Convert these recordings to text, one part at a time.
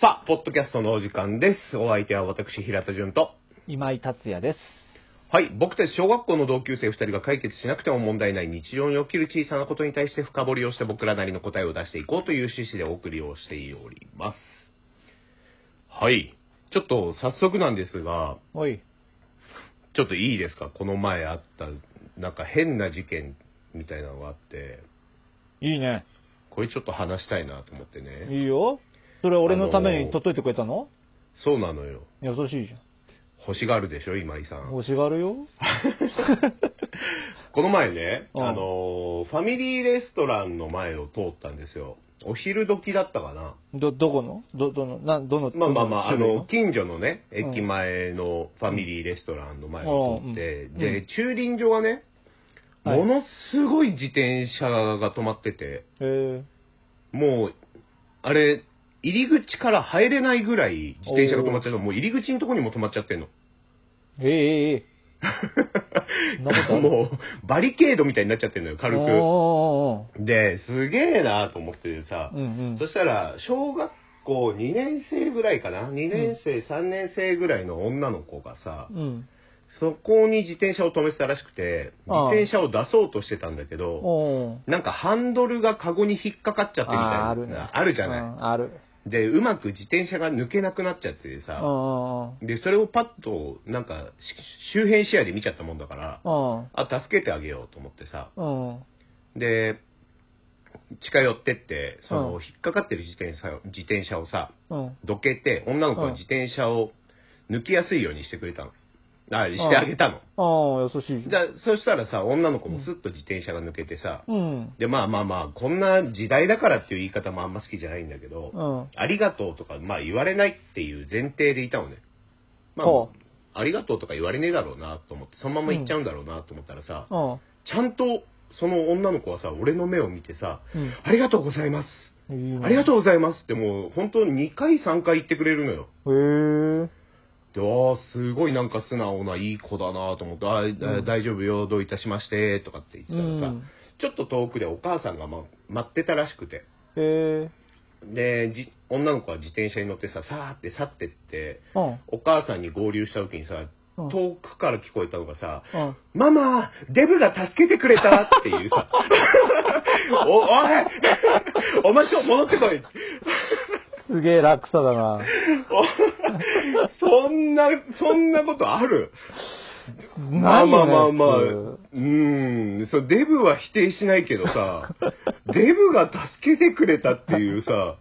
さあ、ポッドキャストのお時間です。お相手は私、平田純と。今井達也です。はい、僕たち小学校の同級生2人が解決しなくても問題ない日常に起きる小さなことに対して深掘りをして僕らなりの答えを出していこうという趣旨でお送りをしております。はい。ちょっと早速なんですが、おい。ちょっといいですかこの前あった、なんか変な事件みたいなのがあって、いいね。これちょっと話したいなと思ってね。いいよ。それ俺のためあのにー取っといてくれたのそうなのよ。優しいじ欲しがるでしょ、今井さゃん。ん。欲しがるよ。この前ね、うんあのーファミリーレストランの前を通ったんですよ。お昼時だったかな。ど、どこのど、どの、な、どの、まあまあまあ、あどの、の近所のね、うん駅前のファミリーレストランの前を通って、うんうでん、駐輪場がね、はいものすごい自転車が止まってて、種類のえもう、あれ、入り口から入れないぐらい自転車が止まっちゃうの、もう入り口のとこにも止まっちゃってんの。ー、ええええそんなことある もう、バリケードみたいになっちゃってんのよ、軽おーく。おで、すげえなと思ってさーおー、うんうんそ。したら、小学校2年生ぐらいかな ?2 年生、3年生ぐらいの女の子がさ、うん。そこに自転車を止めてたらしくて、自ああ転車を出そうとしてたんだけど、おーなんかハンドルがカゴに引っかかっちゃってみたいな。あーあるねあるじゃうない。んある。で、うまく自転車が抜けなくなっちゃってうんさ、うんで、それをパッと、なんか、し周辺視野で見ちゃったもんだから、うん。うん。あ、助けてあげようと思ってさ、うん。で、近寄ってって、その、う引んっかかってる自転車を自転車をさ、うん。どけて、女の子は自転車を抜きやすいようにしてくれたの。あ、してあげたの。ああ、優しい。だそしたらさ、女の子もスッと自転車が抜けてさ、うん。で、まあまあまあ、こんな時代だからっていう言い方もあんま好きじゃないんだけど、うん。ありがとうとか、まあ言われないっていう前提でいたのね。まほあ、ありがとうとか言われねえだろうなと思って、そのまま行っちゃうんだろうなと思ったらさ、うん。ちゃんとその女の子はさ、俺の目を見てさ、うんありがとうございます。いいねありがとうございますってもう本当2回3回言ってくれるのよ。へえ。で、あーすごいなんか素直ないい子だなと思って、あーうん大丈夫よ、どういたしまして、とかって言ってたらさ、うんちょっと遠くでお母さんが、ま、待ってたらしくて、へえ。で、じ女の子は自転車に乗ってさ、さーって去ってって、うん。お母さんに合流した時にさ、うん遠くから聞こえたのがさ、うん。ママ、デブが助けてくれたっていう さ、お、おい、お前ちょ、戻ってこい。すげえ落差だな。おそんな、そんなことあるまなあいまよあねまあまあ、普うーん、そう、デブは否定しないけど さ、デブが助けてくれたっていうさ、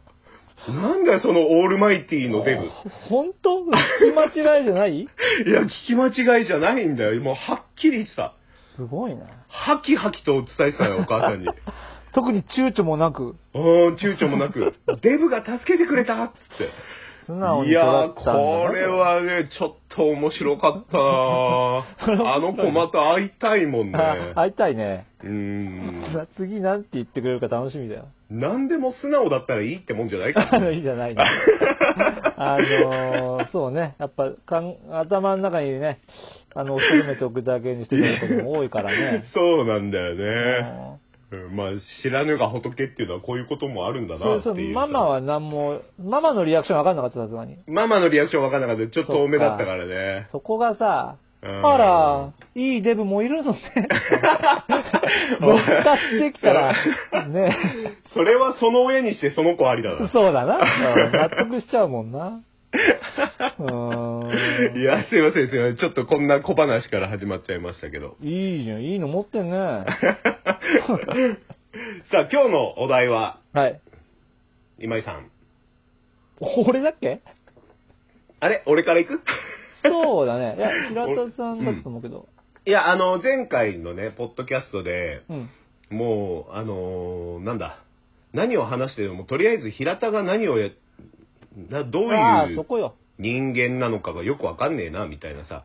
なんだよ、そのオールマイティーのデブ。通本当聞き間違いじゃないいや、聞き間違いじゃないんだよ。もう、はっきり言ってた。すごいな。はきはきと伝えてたよ、お母さんに。 特に躊躇もなく、うーん、躊躇もなく、デブが助けてくれたっつって。素直にい育っやー、たんだなこれ。はね、ちょっと面白か ったなあの子また会いたいもんね。あ 会いたいね。うーん。次なんて言ってくれるか楽しみ だよ。何でも素直だったらいいってもんじゃない かあらの、ね。いいじゃな いね。あのーそうね。やっぱかん、頭の中にね、あの、おすめておくだけにしてくれることも多い からね。そうなんだよね。うんうんまあ、知らぬが仏っていうのはこういうこともあるんだなそうってそういう。ママは何も、ママのリアクションわかんなかった、さすがに。ママのリアクション分かんなかったけどちょっと多めだったからね。そこがさ、うんあら、いいデブもいるのね。乗っかってきたら、ね。それはその親にしてその子ありだな。 そうだな。うん納得しちゃうもんな。うーん。いや、すいません、すいません。ちょっとこんな小話から始まっちゃいましたけど。いいじゃん、いいの持ってんね。さあ、今日のお題は、はい。今井さん。俺だっけあれ俺から行くそうだね。いや、平田さんだったと思うけど。いや、あの、前回のね、ポッドキャストで、うん。もう、あのーなんだ、何を話してるも、とりあえず平田が何をや、などうああ、いそうこよ。人間なのかがよくわかんねえな、みたいなさ、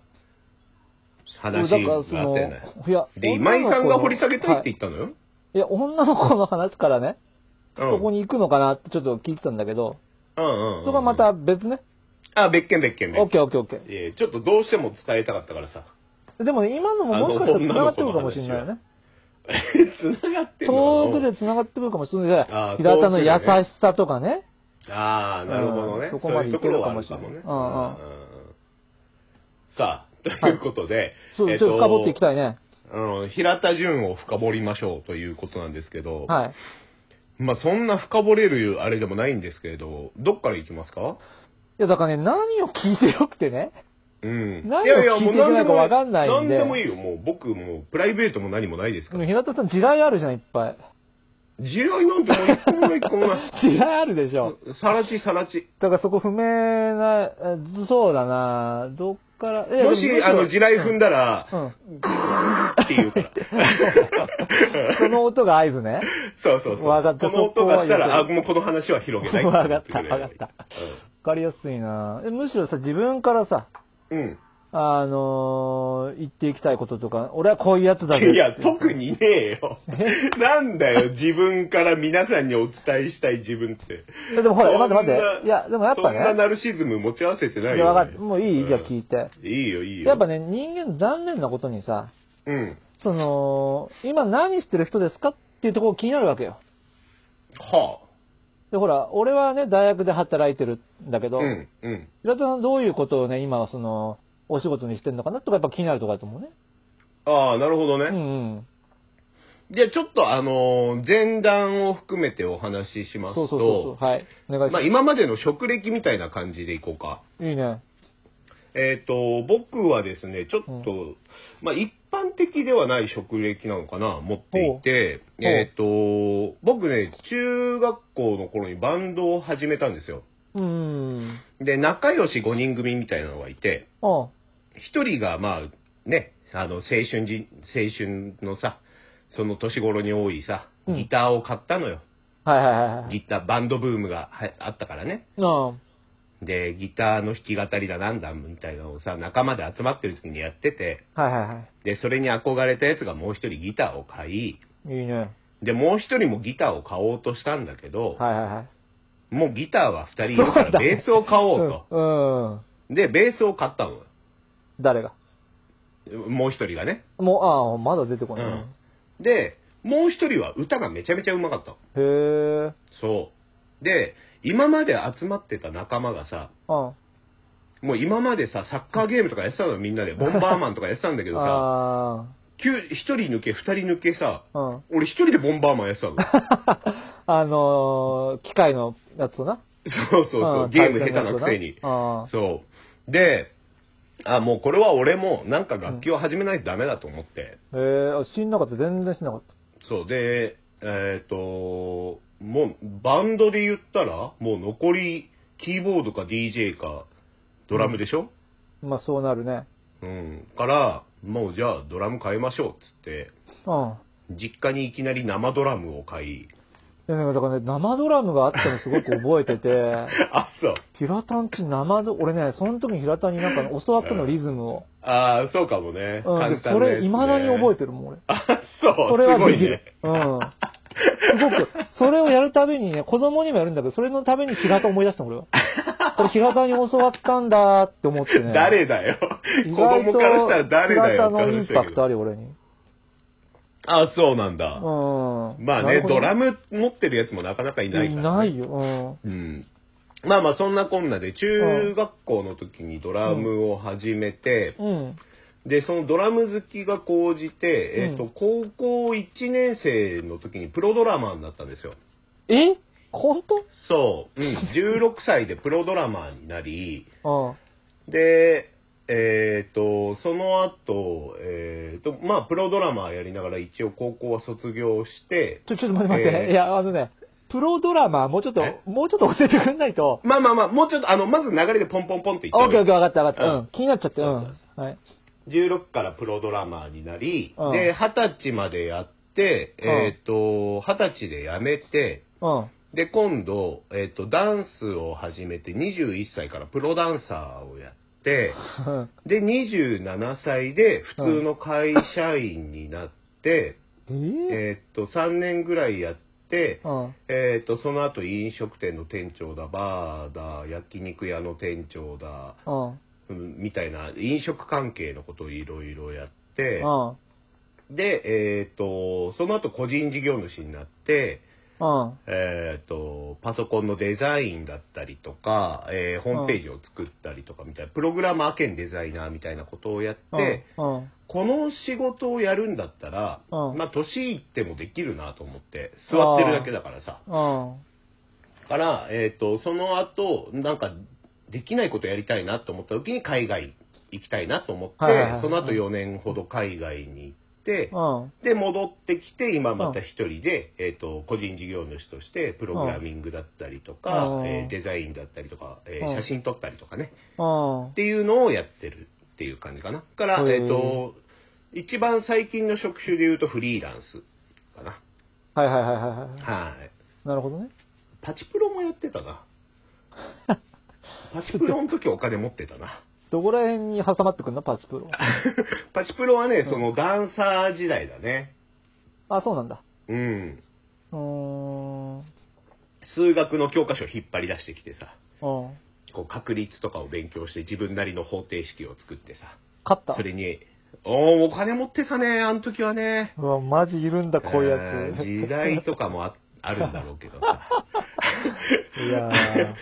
だ話かがら、そあっの、てね。いや、で、今井さんが掘り下げたいってはい言ったのよ。いや、女の子の話からね、うんそこに行くのかなってちょっと聞いてたんだけど、うんうんうんうんそこはま。た別ね。あ、別件別件オッ別ケーオッケーオッケー。件。えちょっとどうしても伝えたかったからさ。 でもね、今のももしかしたら繋がってくるかもしれないよね。つながってんの遠くで繋がってくるかもしれないじゃああー平田の優遠くでねしさとかね。ああ、なるほどね。うんそこまでいけるかもしれないそういうとこうろんはあるかもねうんうんうんさあ、ということで、そう、えっちょっと深掘っていきたいね。あの平田純を深掘りましょうということなんですけど、はい。まあそんな深掘れるあれでもないんですけれど、どっから行きますかいや、だからね、何を聞いてよくてね。うん。何を聞いていけないかわかんないんで何でもいいよ。もう僕もうプライベートも何もないですでかもら。平田さん、地雷あるじゃん、いっぱい。地雷なんてもう一個もない一個もない。地雷あるでしょ。さらちさらち。だからそこ不明な、えそうだなどっから、いやもし、あの、地雷踏んだうら、ん。っていうから。 その音が合図ね。そうそうそう。わかったこの音がしたら、あ、そこはよくもうこの話は広げない。わかったわかったうわかりやすいなえむしろさ、自分からさ、ん。うんあのー言っていきたいこととか、俺はこういうやつだぜ。いや、特にねえよ。なんだよ、自分から皆さんにお伝えしたい自分って。えでもほら、待って待っそんなて。いや、でもやっぱそんなね。ナルシズム持ち合わせてないいやよ、わかったもういいじゃあ聞いて。い。いいよ、いいよ。やっぱね、人間残念なことにさ、うん。その、今何してる人ですかっていうところ気になるわけよ。はで、ほら、俺はね、大学で働いてるんだけあ。ど、うん、うん。平田さんどういうことをね、今はその、お仕事にしてんのかなとかやっぱ気になるところだと思うね。ああ、なるほどうね。んうん。じゃあちょっとあのー前段を含めてお話ししますそと、うそうそうそう。はい。お願いしままあす。今までの職歴みたいな感じでいこうか。いいね。えっ、と、僕はですね、ちょっと、まあ、一般的ではない職歴なのかな、持っていて、ほうえっ、と、僕ね、中学校の頃にバンドを始めたんですよ。うん。で、仲良し5人組みたいなのがいて、あ1人が、まあ、ね、あの、青春じ、青春のさ、その年頃に多いさ、うんギターを買ったのよ。はいはいはいはい。ギター、バンドブームがはあったからね。あで、ギターの弾き語りだなんだみたいなのをさ、仲間で集まってる時にやってて、あ。はいはいはで、それに憧れたやつがもう一人ギターを買い、い。いいね。で、もう一人もギターを買おうとしたんだけど、はいはいはい。もうギターは二人いるからベースを買おうと。うん。うんで、ベースを買ったの誰がよ。もう一人がね。もう、ああ、まだ出てこない。うんで、もう一人は歌がめちゃめちゃうまかったの。へえ。そう。で、今まで集まってた仲間がさ、うん。もう今までさ、サッカーゲームとかやってたのよみん なで、ボンバーマンとかやってたんだけどさ、あ急一人抜け、二人抜けさ、あ。うん。俺一人でボンバーマンやってた の。あのー、機械のやつとな。そうそうそうう、んゲーム下手なくせに。あそう。で、あ、もうこれは俺もなんか楽器を始めないとダメだと思って。あ。へえ、あ死んなかった。全然死んなかっそう。で、えっ、と、もうバンドで言ったら、もう残りキーボードか DJ かドラムでしょ、た。まあ、そうなるね。うん、から、もうじゃあドラム買いましょうっつって、うん。実家にいきなり生ドラムを買い、 でなんかだからね、生ドラムがあったのすごく覚えてて、 あ、そう。平田んち生ド、俺ね、その時に平田になんかね教わったの、リズムを。ああ、そうかもね。うん、簡でそ単なやれ、つね、未だに覚えててるもん、俺。あ、そう。それはすごでいきるね。。うん。すごく、それをやるたびにね、子供にもやるんだけど、それのために平田思い出したの、俺は。これ平田に教わったんだーって思ってね。誰だよ。子意外供とからしたら誰だよ平田のインって話だパけクどトあるよ、俺に。あ、そうなんうだ。ん。まあね、ドラムム持ってるやつもなかなかいないから、ね。ないよ。うん。まあまあ、そんなこんなで、中学校の時にドラムを始めて、うん。うん。で、そのドラム好きが高じて、えっ、うと、高校1年生の時にプロドラマーになったんですよ。え本そう。うん。16歳でプロドラマーになり、当うん。で、えっ、と、その後、えっ、と、まあ、プロドラマーやりながら一応高校は卒業して、ちょ、ちょっと待って待って。えーいや、あのね、プロドラマー、もうちょっとえ、もうちょっと教えてくんないと。まあまあまあ、もうちょっと、あの、まず流れでポンポンポンっていっオッちケーゃオッう。ケー、分かった分かった。うんうん。気になっちゃって、うん。はい。 16からプロドラマーになり、うんで、20歳までやって、うんえっ、と、20歳で辞めて、うん。で、今度、えっ、と、ダンスを始めて、21歳からプロダンサーをやって、で、27歳で普通の会社員になって、ええっと、3年ぐらいやって、ーうん。えっと、その後飲食店の店長だ、バーだ、焼肉屋の店長だ、うん。うん。うんみたいな飲食関係のことをいろいろやって、で、えっ、と、その後個人事業主になって、ううん。えー、とパソコンのデザインだったりとか、えーホームページを作ったりとかみたいな、プログラマー兼デザイナーみたいなことをやって、うん。うんこの仕事をやるんだったら、うんまあ年いってもできるなと思って座ってるだけだからさうん。から、えー、とその後なんかできないことやりたいなと思った時に海外行きたいなと思って、はいはいはいその後4年ほど海外に行って、うん。で、戻ってきて、今また一人で、えっ、と、個人事業主として、プログラミングだったりとか、うんえーデザインだったりとか、えーうん写真撮ったりとかね、うんっ。ていうのをやってるっていう感じかな。から、へーえっ、と、一番最近の職種で言うとフリーランスかな。はいはいはいはいはい。はい。なるほどね。パチプロもやってた な。パチプロの時お金持ってたな。どこら辺に挟まってくるのパチプロ。パチプロはね、そのダンサー時代だね。あ、そうなんだ。うん。うーん。うん。数学の教科書を引っ張り出してきてさ。勝こう確率とかを勉強して自分なりの方程式を作ってさったそ。れにおーお金持ってたねあの時はねうわ、マジいるんだ、こういうやえー時代とかもああるんだろうけどさつ。いやー。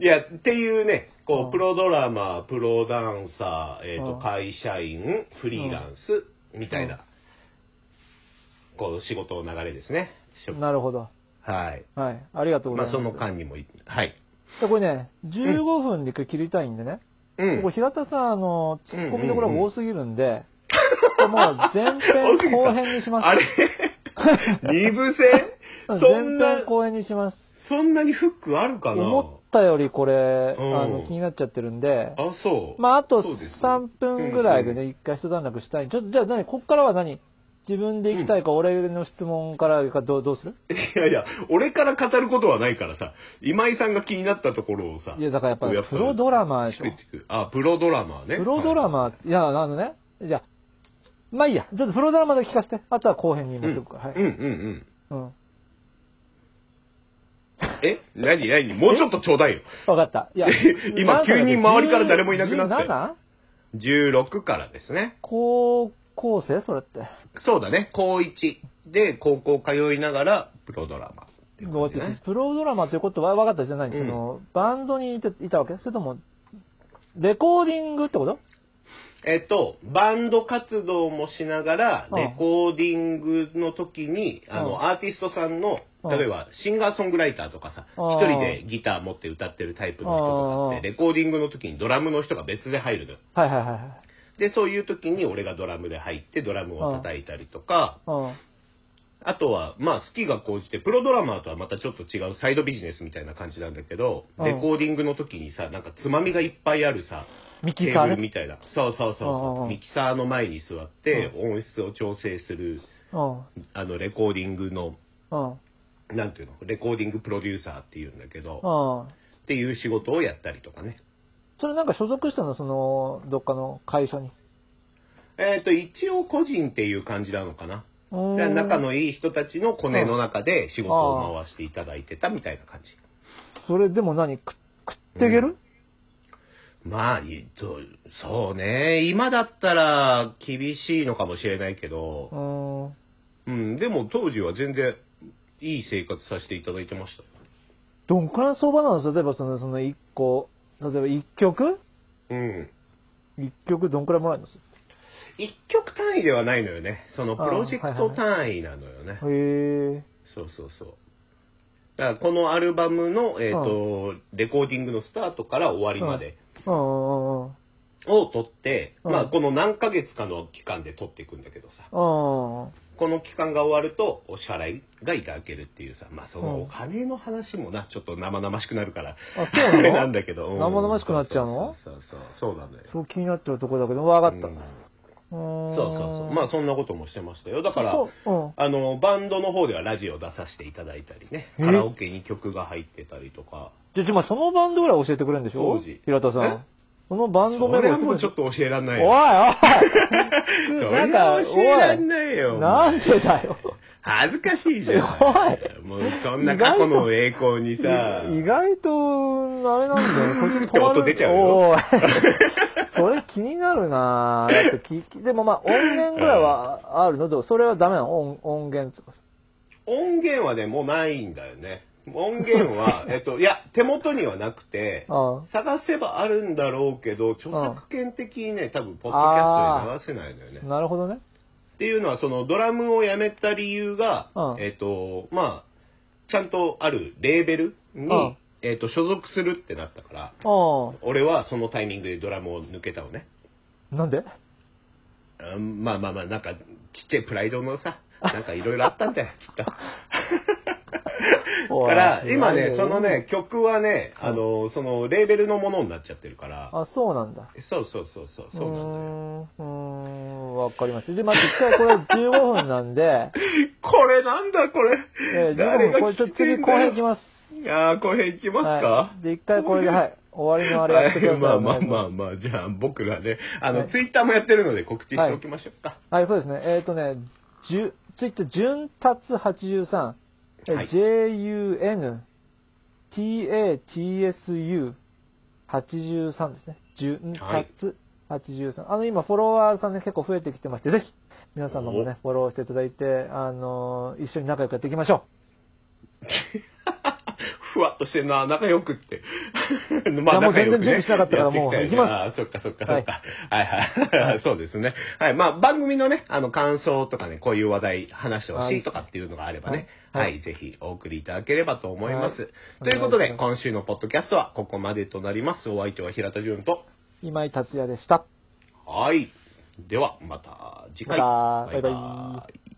いやっていうねこうんうプロドラマープロダンサー、えーうとん会社員フリーランスみたいうんなこう仕事の流れですねしょなるほど。はいはい。ありがとうございままあす。その間にもいはいでこれね、15分で切りたいんでね。うん ここ平田さん、あの、ツッコミどころが多すぎるんで、もう前編後編にします。あれ 二部制そん前な編後編にします。そんなにフックあるかな思ったよりこれ、うんあの、気になっちゃってるんで、あ、そう。まあ、あとそうです3分ぐらいでうんね、一回一段落したい。ちょっと、じゃあ何、こっからは何自分で行きたいか、俺の質問からか、どう、どうするいやいや、俺から語ることはないからさ、今井さんが気になったところをさ、いや、だからやっぱやりっぱプロドラマーでしょチ。クチクあ、プロドラマーね。プロドラマー、いや、あのね、じゃあ、まあいいや、ちょっとプロドラマーだけ聞かせて、あとは後編にう持ん、っうてんおくから、うんうはい。ん。うん。え何何もうちょっとちょうだいよ。、わかった。いや 今急に周りから誰もいなくなって 17? 16からですね。高校生それって。そうだね。高1で高校通いながらプロドラマーっていう感じね。プロドラマということは分かったじゃない、うんその、バンドにいていたわけそれとも、レコーディングってことえっと、バンド活動もしながら、うんレコーディングの時に、あうんの、アーティストさんの、うん例えば、シンガーソングライターとかさ、うん一人でギター持って歌ってるタイプの人とかうっんて、レコーディングの時にドラムの人が別で入るのよ。はいはいはいはい。で、そういう時に俺がドラムで入って、ドラムを叩いたりとか、うん。あとは、まあ、好きが高じて、プロドラマーとはまたちょっと違うサイドビジネスみたいな感じなんだけど、うんレコーディングの時にさ、なんかつまみがいっぱいあるさ、ミキテーサーブルね。みたいな。そうそうそううんうんそうう。んミキサーの前に座って、音質を調整する、うん。あの、レコーディングの、うん。なんていうの、レコーディングプロデューサーっていうんだけど、うん。っていう仕事をやったりとかね。それなんか所属したのその、どっかの会社に。えっ、と、一応個人っていう感じなのかな。うーんだから仲のいい人たちのコネの中で仕事を回していただいてたみたいな感じ。それでも何く食っていける、まあ、いそうそうね。今だったら厳しいのかもしれないけうど、ん、ん。うん、でも当時は全然いい生活させていただいてましたよ。どんくらいの相場なの例えばその、その一個、例えば一曲うん。一曲どんくらいもらえるの一曲単位ではないのよね。そのプロジェクト単位なのよね。へえ。そうそうそう。だからこのアルバムの、えっ、と、レコーディングのスタートから終わりまでうんうんうんうん。を撮って、うんまあこの何ヶ月かの期間で撮っていくんだけどさ、うん。この期間が終わるとお支払いがいただけるっていうさ、まあそのお金の話もな、ちょっと生々しくなるから、あ、そうなあのれなんだけど。うん生々しくなっちゃうのそうそうそうそう、そうなんだよ。そう気になってるところだけど、わかった。ううんーん。そうそうそう。まあそんなこともしてましたよ。だあから、うん。あの、バンドの方ではラジオ出させていただいたりね、えカラオケに曲が入ってたりとか、じゃあ、じゃあまあそのバンドぐらい教えてくれるんでしょ当時平田さえん。そのバそンド名れはもをうちょっと。と教えらんおないいおいよ。そなれんか、お は教えらんい。ないよ。なんでだよ。恥ずかしいじゃん。もうそんな過去の栄光にさ。意外と、あ れなんだよ。って音出ちゃうよおい それ気になるなぁだって聞きでもまあ音源ぐらいはあるので、それはダメなの音音源とかさ。音源はね、もうないんだよね。音源 は、えっと、いや、手元にはなくて、うん。探せばあるんだろうけど、著作権的にね、多分、ポッドキャストに流せないのよね。なるほどね。っていうのは、そのドラムをやめた理由が、うんえっ、と、まあ、ちゃんとあるレーベルに、うんえっ、と、所属するってなったから、う俺はそのタイミングでドラムを抜けたのね。ん。なんでうんまあまあまあ、なんか、ちっちゃいプライドの さ、なんかいろいろあったんだよ、きっと。だから、今ね、その。ね、曲はね、あの、その、レーベルのものになっちゃってるから、あ、そうなんだ。そうそうそうそう、そうなんだよ。うーん、わかりました。で、まず一回これ15分なんで、これなんだ、これ。えー、 誰15が分、これちょっ聞いとて次ん後だよ編いきます。いやー、これいきますか、はい、で、一回これで、はい、終わりのあれやってくださ。はいい、まあまあまああまあ、じゃあ僕らね、あはの、いツイッターもやってるので告知しておきましょうか。。はい、そうですね。えっ、とね、じゅ、ツイッター、順達83、えーはい JUN、TATSU83 ですね。順達83。あの、今、フォロワーさんね、結構増えてきてまして、ぜひ、皆様もね、フォローしていただいて、あのー一緒に仲良くやっていきましょ ふわっとしてんな、仲良くって。いやもう仲全良然く準備しなかったからやてきたよねもう行きますあーそっかそっかそっか。はいはい。そうですね。はい。まあ、番組のね、あの、感想とかね、こういう話題話してほしいとかっていうのがあればね、はいはい、ぜひお送りいただければと思います。はいということで、お願いし今週のポッドキャストはここまでとなります。お相手は平田純と、う。今井達也でした。はい。では、また次回。またバイバイイ